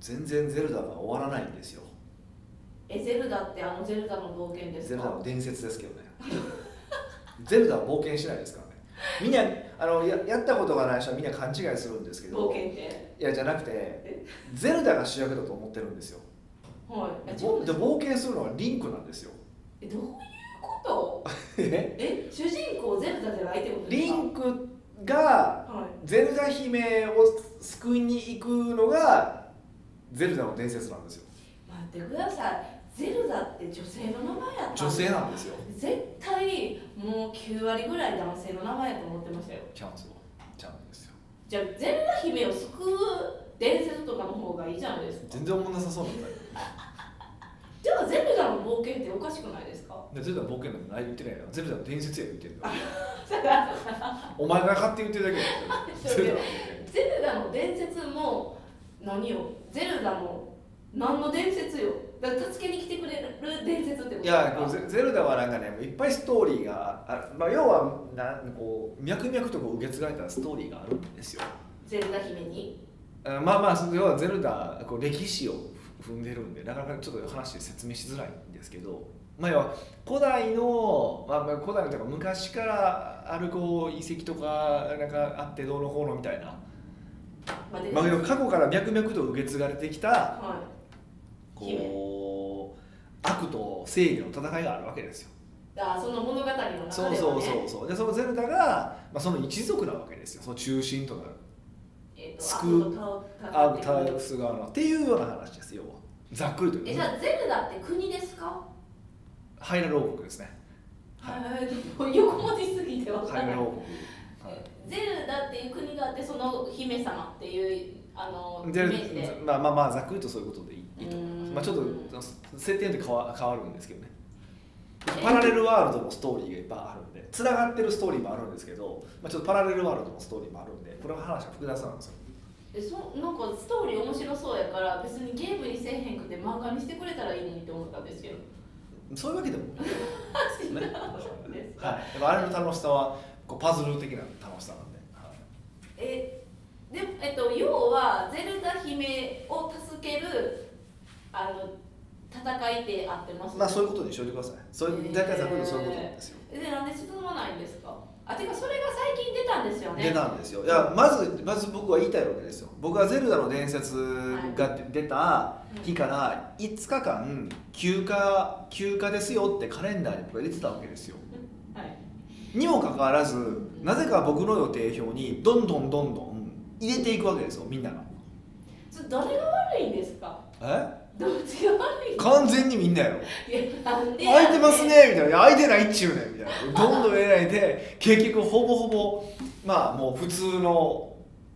全然ゼルダが終わらないんですよえゼルダってあのゼルダの冒険ですゼルかダの伝説ですけどねゼルダは冒険しないですからねみんなあのややったことがない人はみんな勘違いするんですけ冒ど険っていやじゃなくてゼルダが主役だと思ってるんですよはいでえ違うんですか冒険するのはリンクなん ですよえどういうことええ主人公ゼルダじゃないってことですリかンクがはゼルダ姫を救いに行くのがゼルダの伝説なんですよい待ってくださいゼルダって女性の名前やったんですか女性なんですよ絶対もう9割ぐらい男性の名前やと思ってましたよチャンスをチャンスですよじゃあゼルダ姫を救う伝説とかの方がいいじゃないですか全然思んなさそうなんだよじゃあゼルダの冒険っておかしくないですか でゼルダの冒険なんて何言ってないよゼルダの伝説や言ってんだよだからお前が勝手に言ってるだけだよゼルダの冒ゼルダの伝説も何よゼルダの何の伝説よだから助けに来てくれる伝説ってこと険いやこうゼゼルダはなんかねもういっぱいストーリーがあ、まあ、要はなんこう脈々とこう受け継がれたストーリーがあるんですよゼルダ姫にあまあまあそ要はゼルダこう歴史を踏んでるんでなかなかちょっと話で説明しづらいんですけど、まあ、要は古代の、まあ、まあ古代のというか昔からあるこう遺跡とかなんかあってどうのこうのみたいな、まあでまあ、けど過去から脈々と受け継がれてきたはこう悪と正義の戦いがあるわけですよ。いあその物語の中ではねそうそうそうそうでそのゼルダが、まあ、その一族なわけですよその中心となるえっと救うアアウウタターーエクス側のっていうような話ですよざっくりというえじゃあゼルダって国ですかハイナル王国ですね。はい。はい、横文字すぎてわかハイらナないル王国。はいゼルダっていう国があってその姫様っていうあのイメでージでまあまあまあざっくりとそういうことでいいいいと思います。うんまあちょっと設定で変わ変わるんですけどね。パラレルワールドのストーリーがいっぱいあるんで、つながってるストーリーもあるんですけど、まあちょっとパラレルワールドのストーリーもあるんで、これは話が複雑なんですよ。えそなんかストーリー面白そうやから別にゲームにせえへんくて漫画にしてくれたらいいのにって思ったんですけどそういうわけでもないですね。うですかはい。でもあれの楽しさはこうパズル的な楽しさなんで。はい えでえっと要はゼルダ姫を助けるあの戦いであってますまあそういうことにしておいてください。それ大体ざっくりとそういうことなんですよ。えでなんで進まないんですかあてかそれが最近出たんですよね出たんですよいやまずまず僕は言いたいわけですよ僕は「ゼルダの伝説」が出た日から5日間休暇休暇ですよってカレンダーに僕は入れてたわけですよはい、にもかかわらずなぜか僕の予定表にどんどんどんどん入れていくわけですよみんながそれ誰が悪いんですかえどっちが悪いん完全にみんなやろいやなんでや空いてますねみたいないや空いてないっちゅうねんみたいなどんどん入れないで結局ほぼほぼまあもう普通の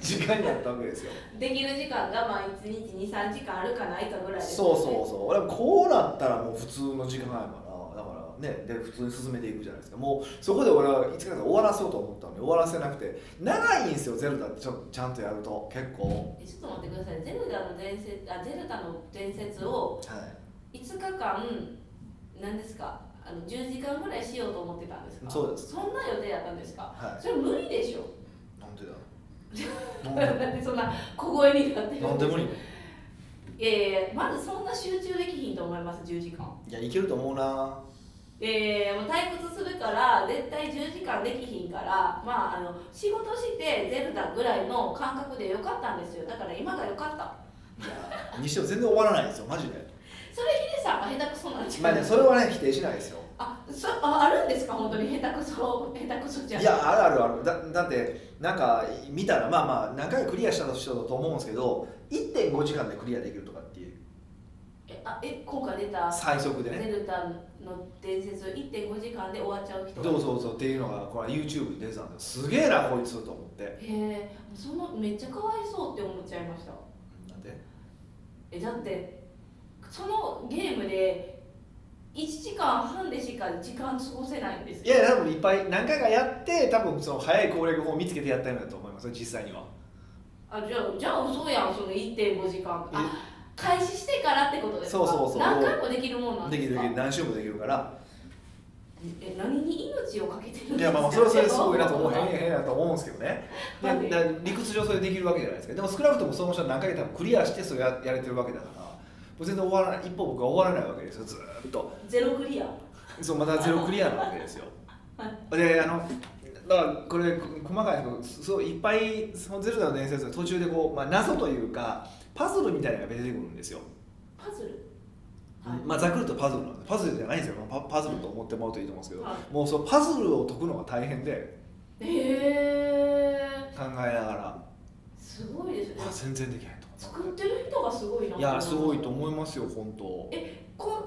時間になったわけですよできる時間がまあ1日23時間あるかないかぐらいですそうそうそう俺もこうなったらもう普通の時間やからだからねで普通に進めていくじゃないですかもうそこで俺はいつか終わらそうと思ったのに終わらせなくて長いんですよゼルダってちょちゃんとやると結構えちょっと待ってくださいゼルダの伝説あゼルダの伝説をはい5日間何ですかあの10時間ぐらいしようと思ってたんですかそうですそんな予定やったんですかはそれ無理でしょいなんでだ なんでそんな小声になってるなんで無理いやいやいやまずそんな集中できひんと思います10時間いやいけると思うなえー、もう退屈するから絶対10時間できひんからまああの仕事してゼルダぐらいの感覚でよかったんですよだから今がよかったいやにしても全然終わらないんですよマジでそれヒデさんが下手くそなんじゃまなあいねそれはね否定しないですよあそああるんですか本当に下手くそ下手くそじゃんいやあるあるあるだだってなんか見たらまあまあ何回かクリアしたとしたと思うんですけど1.5時間でクリアできるとかっていうえあえ今回出た最速でねゼルダの伝説1.5時間で終わっちゃう人そうそうそうっていうのがこれ YouTube で出てたんですよすげえなこいつと思ってへえそのめっちゃかわいそうって思っちゃいましたなんでえだってそのゲームで1時間半でしか時間過ごせないんですいや多分いっぱい何回かやって多分その早い攻略法を見つけてやったんだと思いますよ実際にはあじゃあじゃあ嘘やんその1.5時間あ開始してからってことですかそうそうそう何回もできるもんなんでできするかだけ何周もできるからえ何に命をかけてるんですかいやまあまあそれはそれですごいなと思う変へ変やと思うんですけどねではいだから理屈上それできるわけじゃないですかでも少なくともその人は何回か多分クリアしてそれややれてるわけだからもう全然終わらない一歩僕は終わらないわけですよずーっとゼロクリアそうまたゼロクリアなわけです よであのだからこれ細かいのそういっぱいそのゼルダの伝説の途中でこう、まあ、謎というかパズルみたいなのが出てくるんですよパズルはいまあ、ざっくりとパズルなんでパズルじゃないんですよパパズルと思ってもらうといいと思うんですけど、はもうそのパズルを解くのが大変でへえ考えながらすごいですねあ全然できないと作ってる人がすごいな思ういやすごいと思いますよ本当こ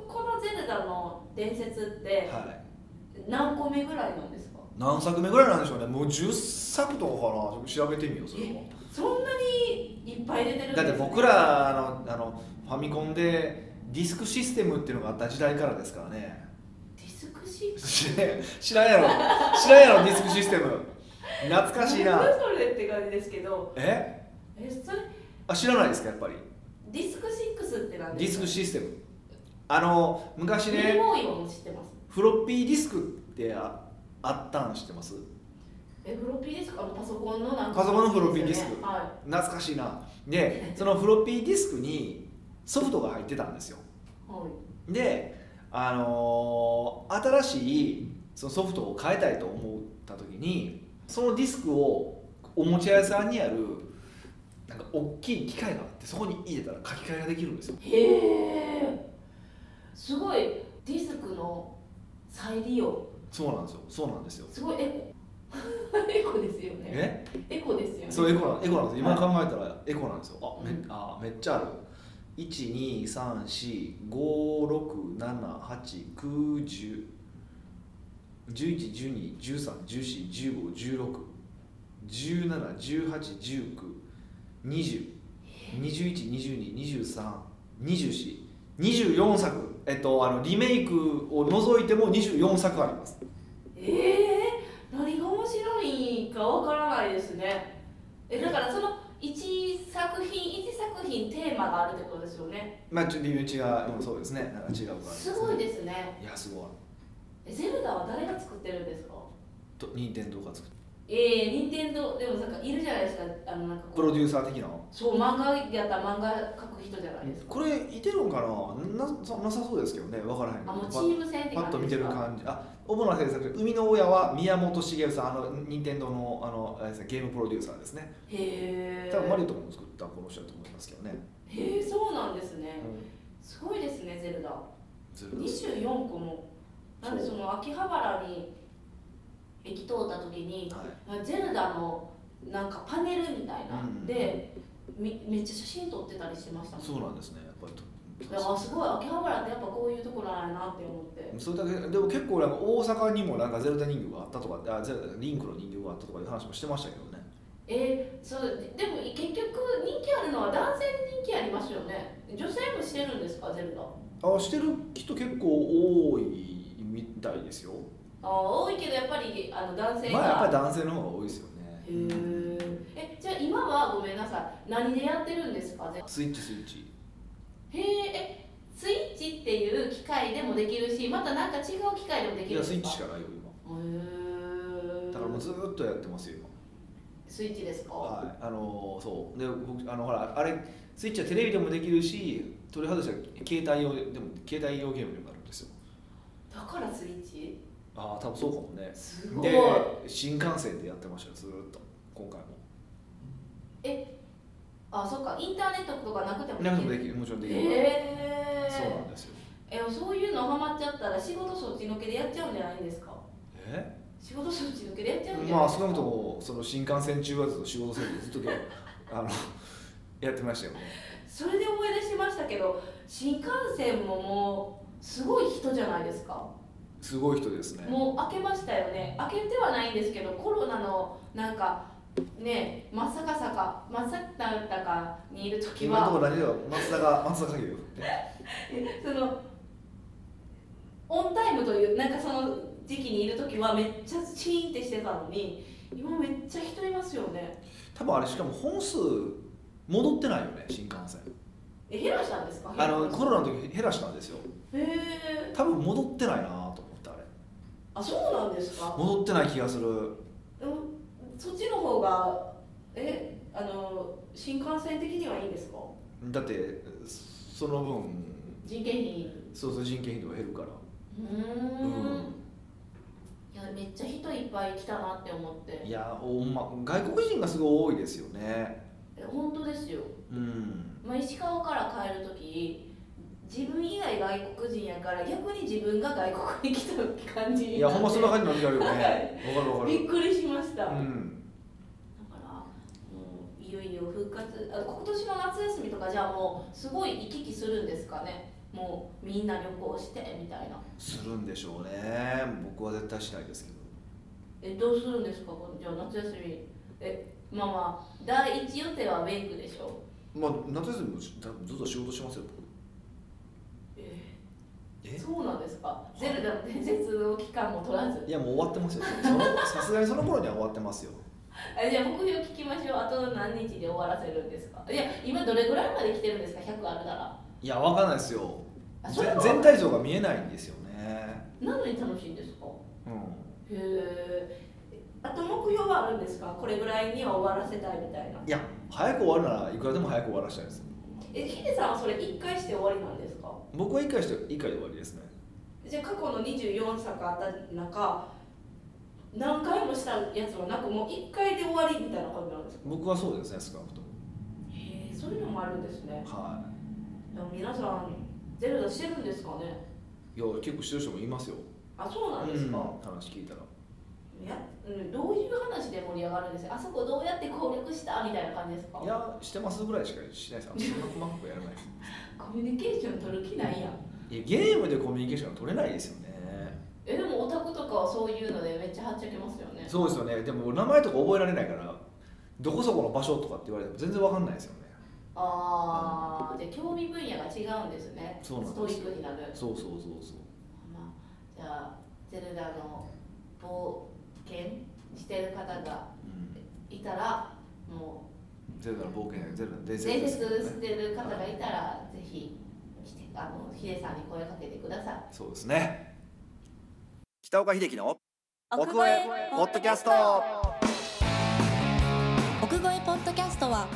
このゼルダの伝説ってはい何個目ぐらいなんですか何作目ぐらいなんでしょうねもう10作とかかなちょっと調べてみようそれもそんなにいっぱい出てるんですだっねて僕らあのあのファミコンでディスクシステムっていうのがあった時代からですからね ディスクシ知らん知らんやろ知らんやろディスクシステム懐かしいなんなだそれって感じですけどええそれあ知らないですかやっぱりディスク6って何デでィスすかクシステムあの昔ミニねモーイも知ってますフロッピーディスクってああったん知ってますえフロッピーディスクあのパソコンのなんかパソコンのフロッピーディスクですよねは懐かしいなでそのフロッピーディスクにソフトが入ってたんですよいはいで、あのー新しいそのソフトを変えたいと思った時にそのディスクをおもちゃ屋さんにあるなんか大きい機械があってそこに入れたら書き換えができるんですよへえすごいディスクの再利用そうなんですよそうなんですよすごいエコ エコですよねえエコですよねそうエコなんエコなんですよ今はい考えたらエコなんですよあめうんあめっちゃある12345678910 11 12 13 14 15 16 17 18 19 20 21 22 23 24 24作えっとあのリメイクを除いても24作ありますええ何が面白いかわからないですねえだからその1作品1作品テーマがあるってことですよねまあちょっと微妙に違ううんそうですねなんか違う感じすごいですねいやすごいえゼルダは誰が作ってるんですかと任天堂が作ったええ任天堂でもなんかいるじゃないですかあのなんかこうプロデューサー的なそう漫画やったら漫画描く人じゃないですかこれいてるんかななさなさそうですけどね分からへんけあどもうパチーム戦って感じですパかッと見てる感じあ主な制作生みの親は宮本茂さんあの任天堂のあのあれです、ね、ゲームプロデューサーですねへえ多分マリオとかも作ったこの人だと思いますけどね、へえそうなんですねうすごいですねゼルダん、ずるい24個もなんでその秋葉原に行き通った時にはいゼルダのなんかパネルみたいな、うんでめめっちゃ写真撮ってたりしてましたもんそうなんですねやっぱりとだからあすごい秋葉原ってやっぱこういうところなんやなって思ってそれだけでも結構なんか大阪にもなんかゼルダ人形があったとかあゼルダリンクの人形があったとかいう話もしてましたけどねえー、そうででも結局人気あるのは男性に人気ありますよね女性もしてるんですかゼルダあしてる人結構多いみたいですよあー多いけどやっぱりあの男性が、まあやっぱり男性の方が多いですよねへーえじゃあ今はごめんなさい何でやってるんですかぜスイッチスイッチへーえスイッチっていう機械でもできるしまたなんか違う機械でもでいきるんやですスイかッチしかないよ今へーだからもうずーっとやってますよスイッチですか、今はいあのーそうで僕あのほらあれスイッチはテレビでもできるし取り外したら携帯用でも携帯用ゲームにもなるんですよだからスイッチああ多分そうかもねすごいで新幹線でやってましたよずーっと今回もあそっかインターネットとかなくてもなくてもでできるきるもちろんできるから、へえそうなんですよえそういうのハマっちゃったら仕事そっちのけでやっちゃうんじゃないんですかえ仕事そっちのけでやっちゃうんじゃなまいあです少かなくともその新幹線中はずっと仕事せずずっと今日あのやってましたよねそれで思い出しましたけど新幹線ももうすごい人じゃないですかすごい人ですねもう開けましたよね開けてはないんですけどコロナのなんかね真っ逆さか真っ逆だったかにいる時今のとこはろ何だろう松坂松坂牛そのオンタイムというなんかその時期にいる時はめっちゃチーンってしてたのに今めっちゃ人いますよね多分あれしかも本数戻ってないよね新幹線え減らしたんですかあのコロナの時減らしたんですよへえ多分戻ってないなと思ってあれあそうなんですか戻ってない気がするでもそっちの方がえあの新幹線的にはいいんですかだってその分人件費そうそう人件費とか減るからうーんいやめっちゃ人いっぱい来たなって思っいてやほんま外国人がすごい多いですよねえ本当ですよ、うんまあ、石川から帰る時自分以外外国人やから逆に自分が外国に来た感じにいやなってほんまそんな感じになってあるよねわかるわかびっるくりしましうた、だかんらもういよいよ復活あ今年の夏休みとかじゃあもうすごい行き来するんですかねもうみんな旅行してみたいなするんでしょうね僕は絶対しないですけどえどうするんですかじゃあ夏休みえまあまあ第一予定はウェイクでしょまあ夏休みもしずっと仕事しますよ僕ええそうなんですかゼルダの伝説の期間も取らずいやもう終わってますよその さすがにその頃には終わってますよえじゃあ目標聞きましょうあと何日で終わらせるんですかいや今どれぐらいまで来てるんですか100あるならいやわかんないですよあそぜれは全体像が見えないんですよねなのに楽しいんですかうんへえあと目標はあるんですかこれぐらいには終わらせたいみたいないや早く終わるならいくらでも早く終わらしたいですえヒデさんはそれ1回して終わりなんですか僕は1回して1回で終わりですねじゃあ過去の24作あった中何回もしたやつはなくもう1回で終わりみたいな感じなんですか僕はそうですね少なくともへえそういうのもあるんですねはでも皆さんゼロダしてるんですかねいいや結構してる人もいますよあそうなんですか、話聞いたらいやうん、どういう話で盛り上がるんですかあそこどうやって攻略したみたいな感じですかいやしてますぐらいしかしないですあんな細かくやらないですコミュニケーション取る気ないやんいやゲームでコミュニケーションは取れないですよねえでもオタクとかはそういうのでめっちゃはっちゃけますよねそうですよねでも名前とか覚えられないからどこそこの場所とかって言われても全然わかんないですよねああじゃあ興味分野が違うんですねそうなんですストイックになるそうそうそうそうまあ、じゃあゼルダの冒険してる方がうんいたらもゼルダの冒険やゼルダのう伝説伝です説けどねしてる方がいたらぜひしてあのヒデさんに声かけてください。そうですね北岡秀樹の奥越ポッドキャスト奥越えポッドキャストは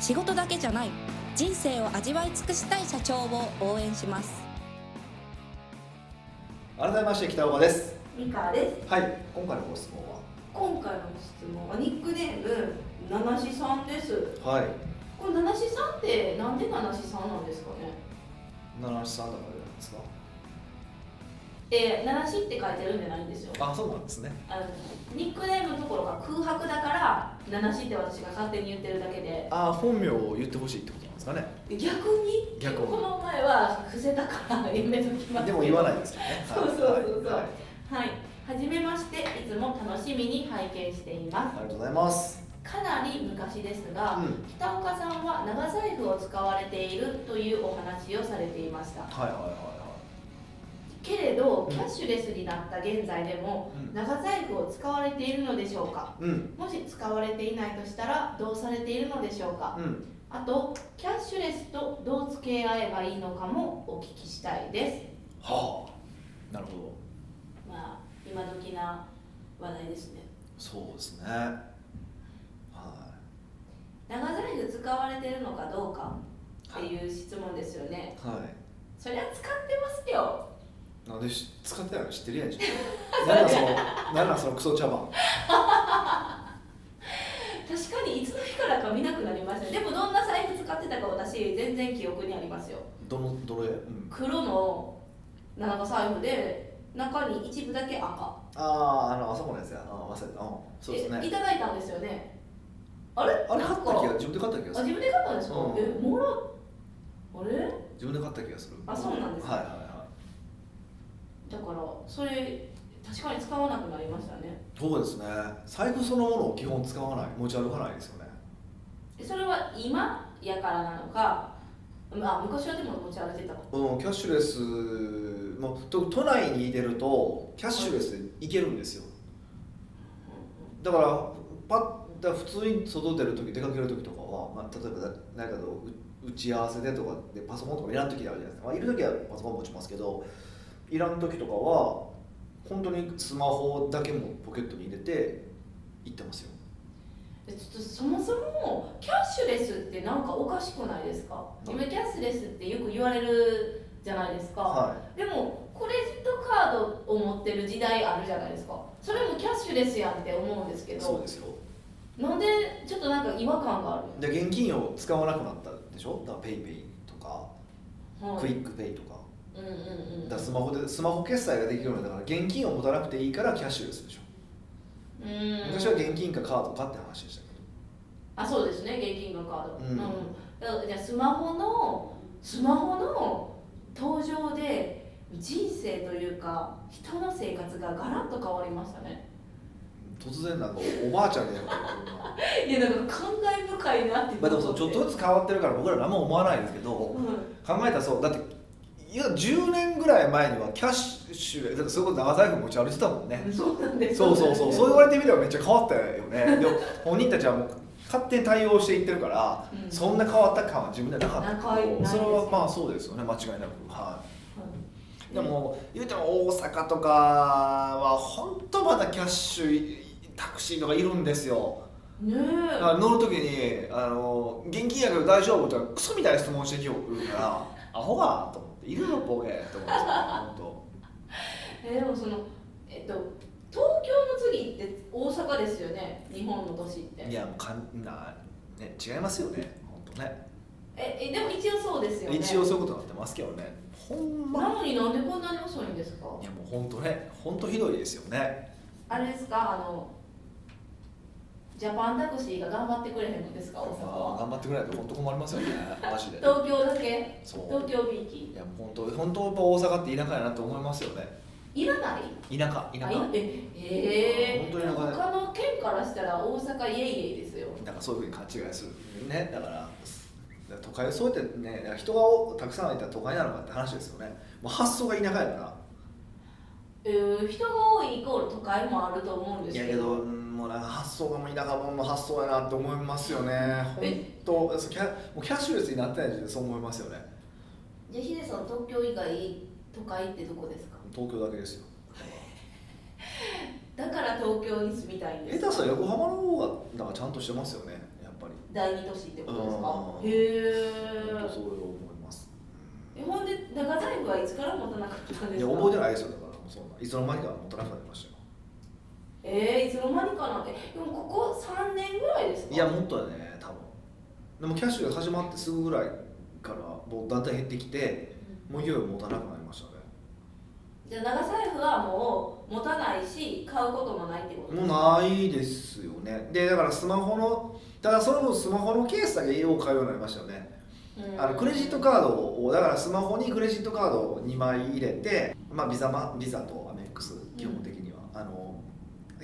仕事だけじゃない人生を味わい尽くしたい社長を応援します改めまして北岡ですミカです。はい今回のご質問今回の質問はニックネームナナシさんです。ははいこれナナシさんってなんでナナシさんなんですかね。七七三だからじゃないですかえー、ナナシって書いてるんじゃないんですよ。あそうなんですねあのニックネームのところが空白だからナナシって私が勝手に言ってるだけで。あ本名を言ってほしいってことなんですかね逆に逆にこの前は伏せたからやめときますでも言わないいですよねそうそうそうそうはいはいはいはじめましていつも楽しみに拝見していまありがとうございますすかなり昔ですうがん北岡さんは長財布を使われているというお話をされていましたはいはいはけれどうんキャッシュレスになった現在でもうん長財布を使われているのでしょうかいうんもし使われていないとしたらどうされているのでしょうかうんあとキャッシュレスとどう付き合えばいいのかもお聞きしたいですはあなるほどまあ今時な話題ですねそうですねは長財布使われてるのかどうかっていう質問ですよねいはいそりゃ使ってますよなんでし使ってないの知ってるやんじゃん。なんなんその、なんなんそのクソ茶番。確かにいつの日からか見なくなりましたでもどんな財布使ってたか私全然記憶にありますよどの、どれ。うん、黒の長財布で中に一部だけ赤ああ、あの、あそこのやつや、ああ、忘れた。うん、そうですえいね。ただいたんですよねあれあれ、な買んっかた気が、自分で買った気があする。自分で買ったんですか、うんえもらあれ自分で買った気がする。あそうなんですかはい、はい、はだからそれ確かに使わなくなりましたねい。そうですね。財布そのものを基本使わない、持ち歩かないですよね。それは今やからなのか、まあ、昔はでも持ち歩いてたのうん、キャッシュレスの、と、都内に出ると、キャッシュレスで行けるんですよ。だから、パッ、だから普通に外出る時、出かける時とかは、まあ、例えば、何かとう打ち合わせでとかで、パソコンとかいらん時あるじゃないですか。まあ、いる時はパソコン持ちますけど、いらん時とかは、本当にスマホだけもポケットに入れて行ってますよちょっとそもそもキャッシュレスってなんかおかしくないですか今キャッシュレスってよく言われるじゃないですか、はでもクレジットカードを持ってる時代あるじゃないですかそれもキャッシュレスやんって思うんですけいそうどですよなんでちょっとなんか違和感があるで現金を使わなくなったでしょだからペイペイとか、はいクイックペイとかうんうんうんだからスマホでスマホ決済ができるようになったから現金を持たなくていいからキャッシュレスでしょ、うん昔は現金かカードかって話でしたけあそうですね現金のカード、うんだからじゃあスマホのスマホの登場で人生というか人の生活がガラッと変わりました ねど突然なんかおばあちゃんみたいなこと言うないやなんか感慨深いなってまあでもそうちょっとずつ変わってるから僕ら何も思わないですけど考うんえたらそうだっていや10年ぐらい前にはキャッシュだってそれこそ長財布持ち歩いてたもんね そうなんですそうそうそうそう言う、われてみればめっちゃ変わったよねでも本人たちはもう勝手に対応していってるからうんそんな変わった感は自分ではなかったけなかどないそれはまあそうですよね間違いなくはういんでも言うても大阪とかは本当まだキャッシュタクシーとかいるんですよねえあ乗る時にあの「現金やけど大丈夫?」とかクソみたいな質問してきよる から「アホが」と思って「いるよボケ」と思って本えでもそのえっと東京の次って大阪ですよね日本の都市って当いやもうかんな、ね、違いますよね本当ねええでも一応そうですよね一応そういうことになってますけどねほんまなのになんでこんなに遅いんですかいやもう本当ね本当ひどいですよねあれですかあのジャパンタクシーが頑張ってくれへんのですかま大阪あは頑張ってくれないと本当困りますよねマジで東京だけそう東京ビーキいやもう本当本当やっぱ大阪って田舎やなと思いますよねいらない田舎田あい舎えええ本当に田舎だ他の県からしたら大阪イエイイエイですよなんかそういうふうに勘違いするねだからだから都会そうやってねだから人がたくさんいたら都会なのかって話ですよねもう発想が田舎やかえー、人が多いイコール都会もあると思うんらでいすやけけどどうんもうなんか発想がもう田舎もんの発想やなって思いますよね本え当そうキャもうキャッシュレスになってない時点でそう思いますよねじゃあヒデさん東京以外都会ってどこですか東京だけですよだから東京に住みたいんです下手したら横浜の方がなんかちゃんとしてますよねやっぱり第二都市ってことですかうんへ本当そう思いますえほんで長財布はいつから持たなかったんいですやか覚えてないですよだからもうそんないつの間にか持たなくなりましたよえー、いつの間にかなってでもここ3年ぐらいですかいやもっとだね多分でもキャッシュが始まってすぐぐらいからもうだんだん減ってきてもういよいよ持たなくなりましたねじゃあ長財布はもう持たないし買うこともないってこともですかうないですよねでだからスマホのただその分スマホのケースだけを買うようになりましたよねうんあのクレジットカードをだからスマホにクレジットカードを2枚入れて、まあ、ビザマビザとアメックス基本的には、あの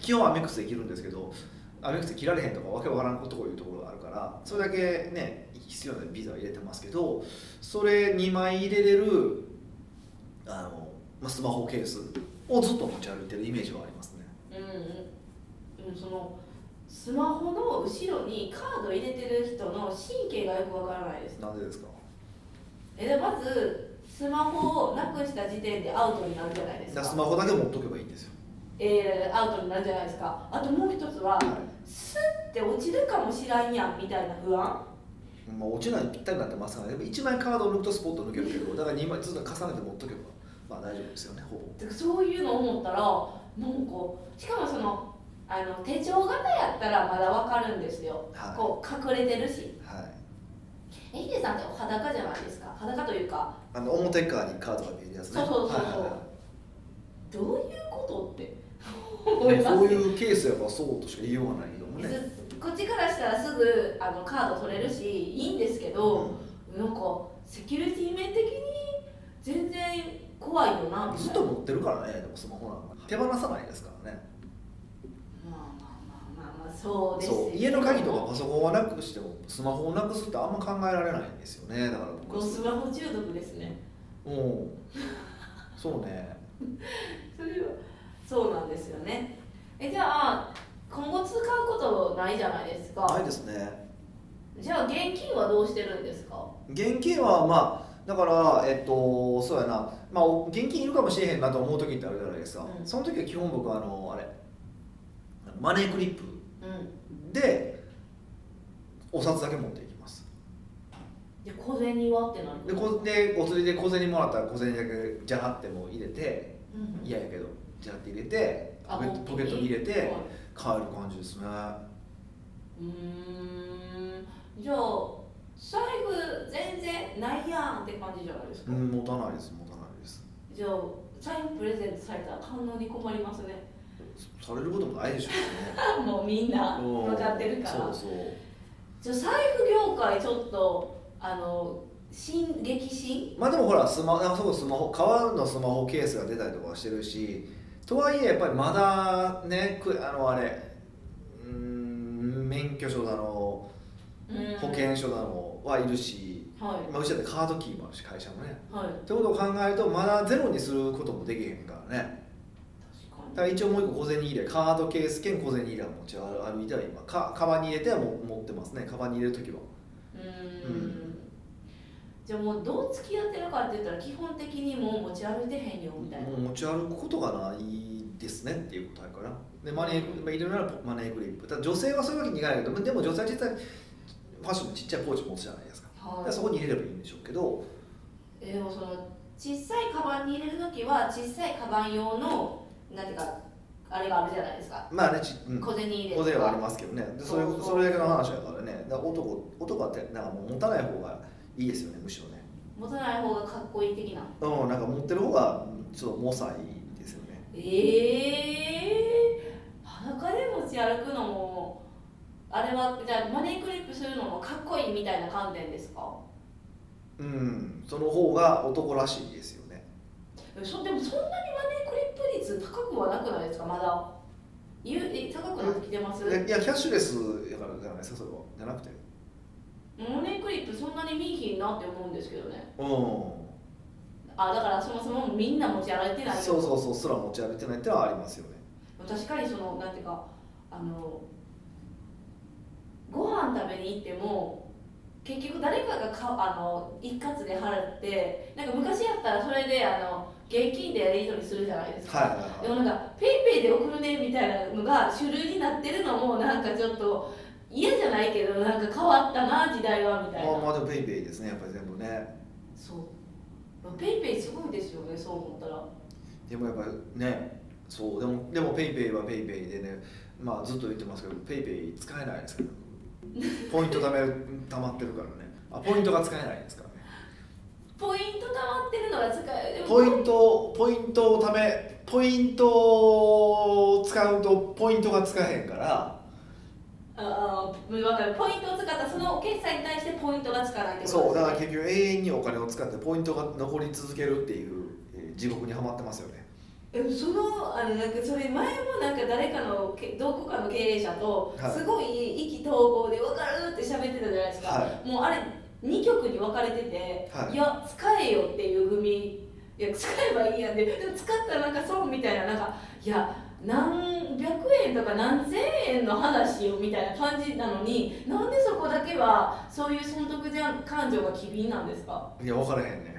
基本はアメックスで切るんですけどアメックスで切られへんとかわけわからんとこいうところがあるからそれだけね必要なビザを入れてますけどそれ2枚入れれるあの、まあ、スマホケースをずっと持ち歩いてるイメージはありますねうんうんうんそのスマホの後ろにカード入れてる人の神経がよくわからないですなんでですかえでまずスマホをなくした時点でアウトになるじゃないでだかすからスマホだけ持っとけばいいんですよ、えー、アウトになるじゃないですかあともう一つははいスッて落ちるかもしらんやんみたいな不安まあ、落ちないぴったりになってますからねでも1枚カードを抜くとスポット抜けるけどだから2枚ずっと重ねて持っとけばまあ大丈夫ですよねほぼてかそういうの思ったらなんかしかもそのあの手帳型やったらまだわかるんですよはいこう隠れてるしはいえヒデさんってお裸じゃないですか裸というかあの表側にカードが見えるやつねそうそうそうそはういはいはどういうことって思いいでまもそうすいねうケースやっぱそうとしか言いようがないけどもね こっちからしたらすぐあのカード取れるしいいんですけど、なんかセキュリティ面的に全然怖いよなうんみずったいとな持ってるからねでもスマホなんか手放さないですからねまあまあまあまあまあそうですよそう家の鍵とかパソコンはなくしてもスマホをなくすってあんま考えられないんですよねだから僕もうスマホ中毒ですねうんそうねそれはそうなんですよねえじゃあ今後使うことないじゃないですか、ないですねじゃあ現金はどうしてるんですか現金はまあだからえっとそうやなまあお現金いるかもしれへんなと思う時ってあるじゃないですか、うんその時は基本僕あのあれマネークリップうんでお札だけ持っていきますで小銭はってなるでこでお釣りで小銭もらったら小銭だけじゃらってもう入れてうん嫌やけどじゃらって入れてポケットポケットに入れて帰はいる感じですねうーんじゃあ財布全然ないやんって感じじゃないですか、うん持たないです持たないですじゃあ財布プレゼントされたら買うのに困りますね されることもないでしょもうみんなうね分かってるからそうそうじゃあ財布業界ちょっとあの新激震まあでもほらスマなんかそこスマホ革のスマホケースが出たりとかはしてるしとはいえやっぱりまだねくあのあれうーん免許証だのうん保険証だのはいるし、はまあ、うちだってカードキーもあるし会社もねいはいってことを考えるとまだゼロにすることもできへんからね確だかから一応もう一個小銭入れカードケース兼小銭入れは持ち歩いては今かカバンに入れてはもう持ってますねカバンに入れる時はにうーんうんじゃあもうどう付き合ってるかって言ったら基本的にもう持ち歩いてへんよみたいな、もう持ち歩くことがないですねっていう答えかなでマネーまあ、いろいろなマネーグリップただ女性はそういうわけにいかないけどまあでも女性は実際ファッションのちっちゃいポーチ持つじゃないですかだかはらいそこに入れればいいんでしょうけどえーでもその小さいカバンに入れる時は小さいカバン用のなんていうかあれがあるじゃないですかまあねち、うん、小銭入れ小と銭はありかますけどねでそれそうそうそれだけの話だからねだから男男はってなんかもう持たない方がいいですよねむしろね持たない方がかっこいい的なうんなんか持ってる方がちょっとモサいですよねええー、裸で持ち歩くのもあれはじゃあマネークリップするのもかっこいいみたいな観点ですかうんその方が男らしいですよねそでもそんなにマネークリップ率高くはなくないですかまだゆえ高くなってきてますいやいやキャッシュレスやからじゃないですかそれはじゃなくてマネークリップそんなに見えひんなって思うんですけどねうんあだからそもそもみんな持ち歩いてないよそうそうそうすら持ち歩いてないってのはありますよね確かにそのなんていうかあのご飯食べに行っても結局誰かがかあの一括で払ってなんか昔やったらそれであの現金でやり取りするじゃないですか、はいはいではいもなんかペイペイで送るねみたいなのが主流になってるのもなんかちょっと嫌じゃないけどなんか変わったな時代はみたいな、まあまあでもペイペイですねやっぱり全部ねそうペイペイすごいですよねそう思ったらでもやっぱりねそうでもでもペイペイはペイペイでねまあずっと言ってますけどペイペイ使えないです からポイント貯める貯まってるからねあポイントが使えないですからねポイント貯まってるのが使えでもポイントポイントを貯めポイントを使うとポイントが使えへんからああ、分かる。ポイントを使ったその決済に対してポイントがつかないってことそうだからですね結局永遠にお金を使ってポイントが残り続けるっていうえー地獄にはまってますよねえそのあのなんかそれ前もなんか誰かのけどこかの経営者とはいすごい意気投合で分かるって喋ってたじゃないですか。はもうあれ二曲に分かれてて、はいいや使えよっていう組。いや使えばいいやんで、でも使ったらなんか損みたいななんかいや何百円とか何千円の話よみたいな感じなのになんでそこだけはそういう損得じゃん感情が機敏なんですかいや分からへんね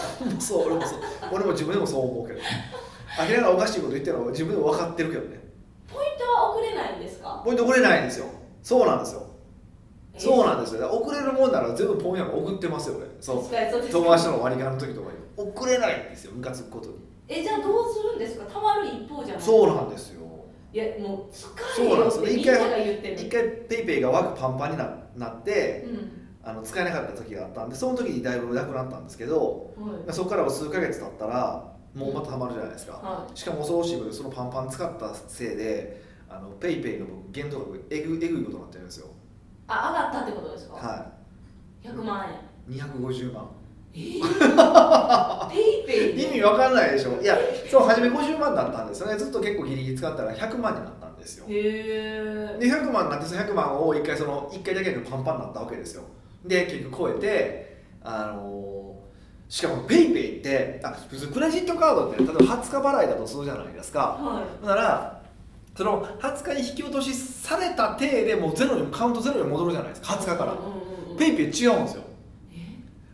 そう俺もそう俺も自分でもそう思うけど明らかにおかしいこと言ってるのは自分でも分かってるけどねポイントは送れないんですかポイント送れないんですよそうなんですよそうなんですよだから送れるもんなら全部ポンヤンが送ってますよ俺そう確かにそうです友達との割り勘の時とかに送れないんですよムカつくことにえじゃあどうするんですかたまる一方じゃないそうなんですよいやもう使えそうなんよですっよてみ一んな回が言ってる一回ペイペイが枠パンパンにななってうんあの使えなかった時があったんでその時にだいぶなくなったんですけどはいそこから数ヶ月経ったらもうまたハマるじゃないですか、はしかも恐ろしいことにそのパンパン使ったせいであのペイペイの僕限度額えぐえぐいことになってるんですよいあ上がったってことですか、は100万円い250万えー ペイペイ意味わかんないでしょいやそう初め50万だったんですよねずっと結構ギリギリ使ったら100万になったんですよへえで100万になってその100万を1回その1回だけでパンパンになったわけですよで結局超えてあのーしかもペイペイってあ普通クレジットカードって例えば20日払いだとするじゃないですかはだからその20日に引き落としされた体でもうゼロにカウントゼロに戻るじゃないですかい20日からうんうんうんペイペイ違うんですよえ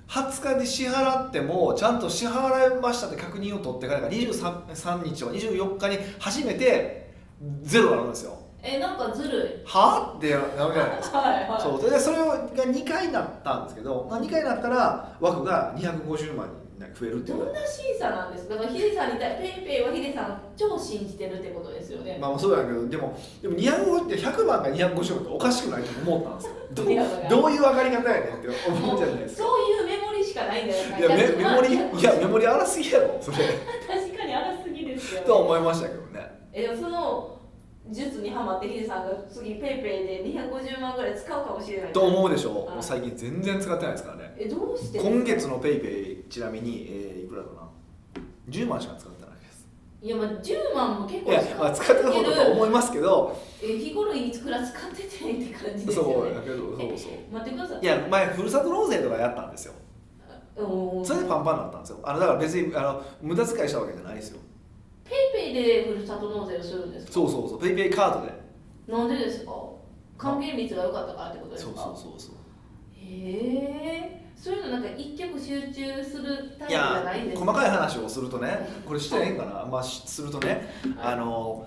20 20日に支払ってもちゃんと支払いましたって確認を取ってからが 23, 3日は24日に初めてゼロになるんですよえなんかずるはあってなるじゃないいですかはいはいそうでそれが2回になったんですけど、まあ、2回になったら枠が250万に増えるっていうどんな審査なんですかだからヒデさんに対ペイペイはヒデさん超信じてるってことですよね、まあまあそうだけどでもでも250って100万が250万っておかしくないと思ったんですよどういやだからどういう上がり方やねんって思うじゃないですかそういうメモリしかないんじゃないいですやかメ100メ万モリい やメモリ荒すぎやろそれ確かに荒すぎですよ、ね、とは思いましたけどねえでもその術にはまってヒデさんが次ペイペイで250万ぐらい使うかもしれないと思うでしょもはいう最近全然使ってないですからねえどうして今月の PayPay ちなみに、えーいくらだな10万しか使ってないですいやまあ10万も結い構や、まあ、使ってたこととは思いますけどえ日頃いくら使っててって感じですよそうねだけどそうそう待ってくださいいや前ふるさと納税とかやったんですよおーそれでパンパンになったんですよあのだから別にあの無駄遣いしたわけじゃないですよペイペイでふるさと納税をするんですかそうそうそう PayPay カードでなんでですか還元率が良かったからってことですそうかそうそうそうへえそういうのなんか一曲集中するタイプいじゃやないんです細かい話をするとねこれしてええんか な、まあ、しするとねはいあの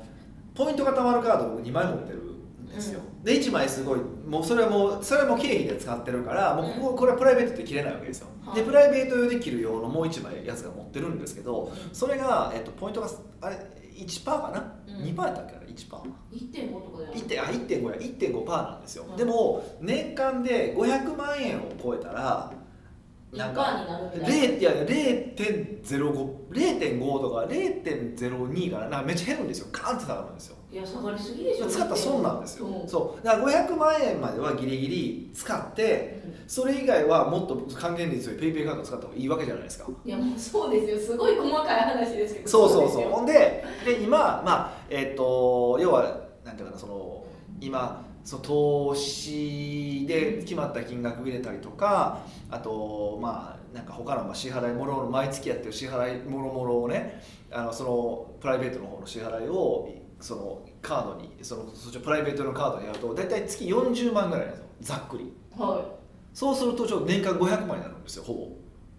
ポイントがたまるカードを2枚持ってるんですよ、で1枚すごいもうそれはもうそれはもう経費で使ってるからもうこここれはプライベートで切れないわけですよ、はいでプライベート用で切る用のもう1枚やつが持ってるんですけどそれが、えっと、ポイントがあれ1%かな、うん2%やったっけあれ1%パー1.5とかじゃない1点あ1.5や1.5パーなんですよ、うんでも年間で500万円を超えたらなん1%かになるみたいな0いや0.05とか0.02からなんかめっちゃ減るんですよガーンって下がるんですよいや下がりすぎでしょ使ったら損なんですよ、うんそうだから500万円まではギリギリ使ってうそれ以外はもっと還元率よりペイペイカード使った方がいいわけじゃないですかんいやもうそうですよすごい細かい話ですけどそうそうそうですほよんでで今まあえっ、と要はなんていうかなその今その投資で決まった金額入れたりとかあとまあなんか他のまあ支払いもろもろ毎月やってる支払いもろもろをねあのそのプライベートの方の支払いをそのカードにそのそっちのプライベートのカードにやると大体月40万ぐらいなんですよざっくりはいそうするとちょっと年間500万になるんですよほ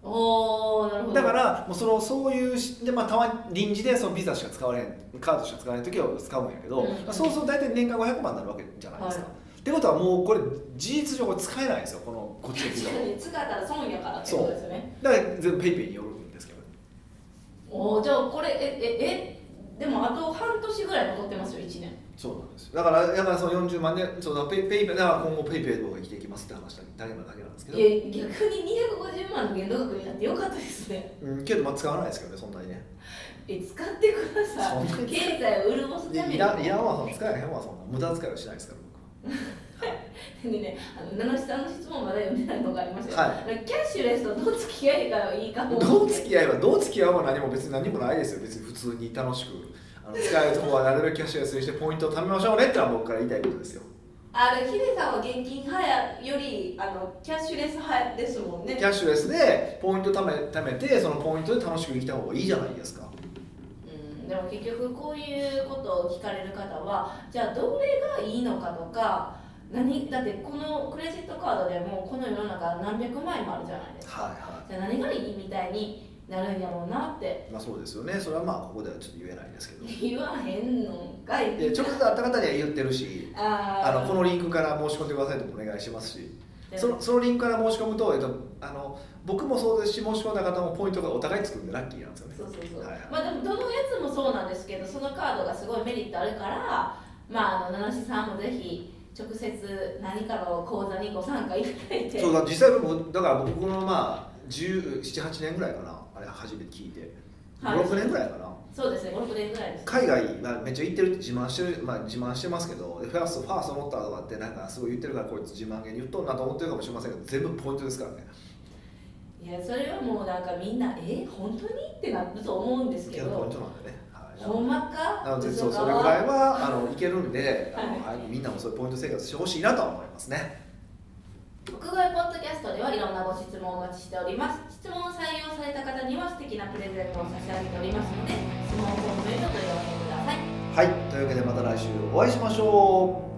ぼ。おーなるほどだからもうそのそういうしで、まあ、たまに臨時でそのビザしか使われへんカードしか使われへん時は使うんやけど、うんまあそうすると大体年間500万になるわけじゃないですか。はってことはもうこれ事実上これ使えないんですよこのこっちのビザ確かに使ったら損やからってことですよねだから全部ペイペイによるんですけどおーじゃあこれえええでもあと半年ぐらい残ってますよ1年そうなんですよだからだからその40万でそうだペイペイだから今後ペイペイの方が生きていきますって話だけだけなだけなんですけど、いや逆に250万の限度額になってよかったですね うん、けどまあ使わないですけどねそんなにねえ使ってくださいそんな経済を潤すためでにいらいらんわそんな使えへんわそんな無駄遣いはしないですから でねあの名主さんの質問まだ読んでないのがありましたよ、はキャッシュレスとどう付き合いがいいかも僕は どう付き合えばどう付き合うも何も別に何もないですよ別に普通に楽しくあの使えるとこはなるべくキャッシュレスにしてポイントを貯めましょうねってのは僕から言いたいことですよあれヒデさんは現金派やよりあのキャッシュレス派ですもんキねャッシュレスでポイント貯め貯めてそのポイントで楽しく生きた方がいいじゃないですかうんでも結局こういうことを聞かれる方はじゃあどれがいいのかとか何だってこのクレジットカードでもうこの世の中何百枚もあるじゃないですかはいはじゃあ何がいいみたいになるんやろうなっていまあそうですよねそれはまあここではちょっと言えないですけど言わへんのんかいで直接会った方には言ってるし ああーのこのリンクから申し込んでくださいともお願いしますしでもそのそのリンクから申し込むと、えっと、あの僕もそうですし申し込んだ方もポイントがお互いつくんでラッキーなんですよねそうそうそう、はいはいまあでもどのやつもそうなんですけどそのカードがすごいメリットあるからまああの七七さんもぜひ直接何かの講座にご参加いただいてそうだ実際僕だから僕のまあ1718年ぐらいかなあれ初めて聞いてはい56年ぐらいかなそうですね56年ぐらいです海外、まあ、めっちゃ行ってるって自慢してる、まあ、自慢してますけどでファーストファースト持ったとかってなんかすごい言ってるからこいつ自慢げに言っとんなと思ってるかもしれませんけど全部ポイントですからねいやそれはもうなんかみんなえ本当にってなると思うんですけけどポインどトなんでね、はい、ほんまかなのでそう嘘かそれぐらいはあのいけるんで、あはいの早くみんなもそういうポイント生活してほしいなとは思いますね国外ポッドキャストではいろんなご質問をお待ちしております質問を採用された方には素敵なプレゼントを差し上げておりますので質問フォームへのご用意くださいはいというわけでまた来週お会いしましょう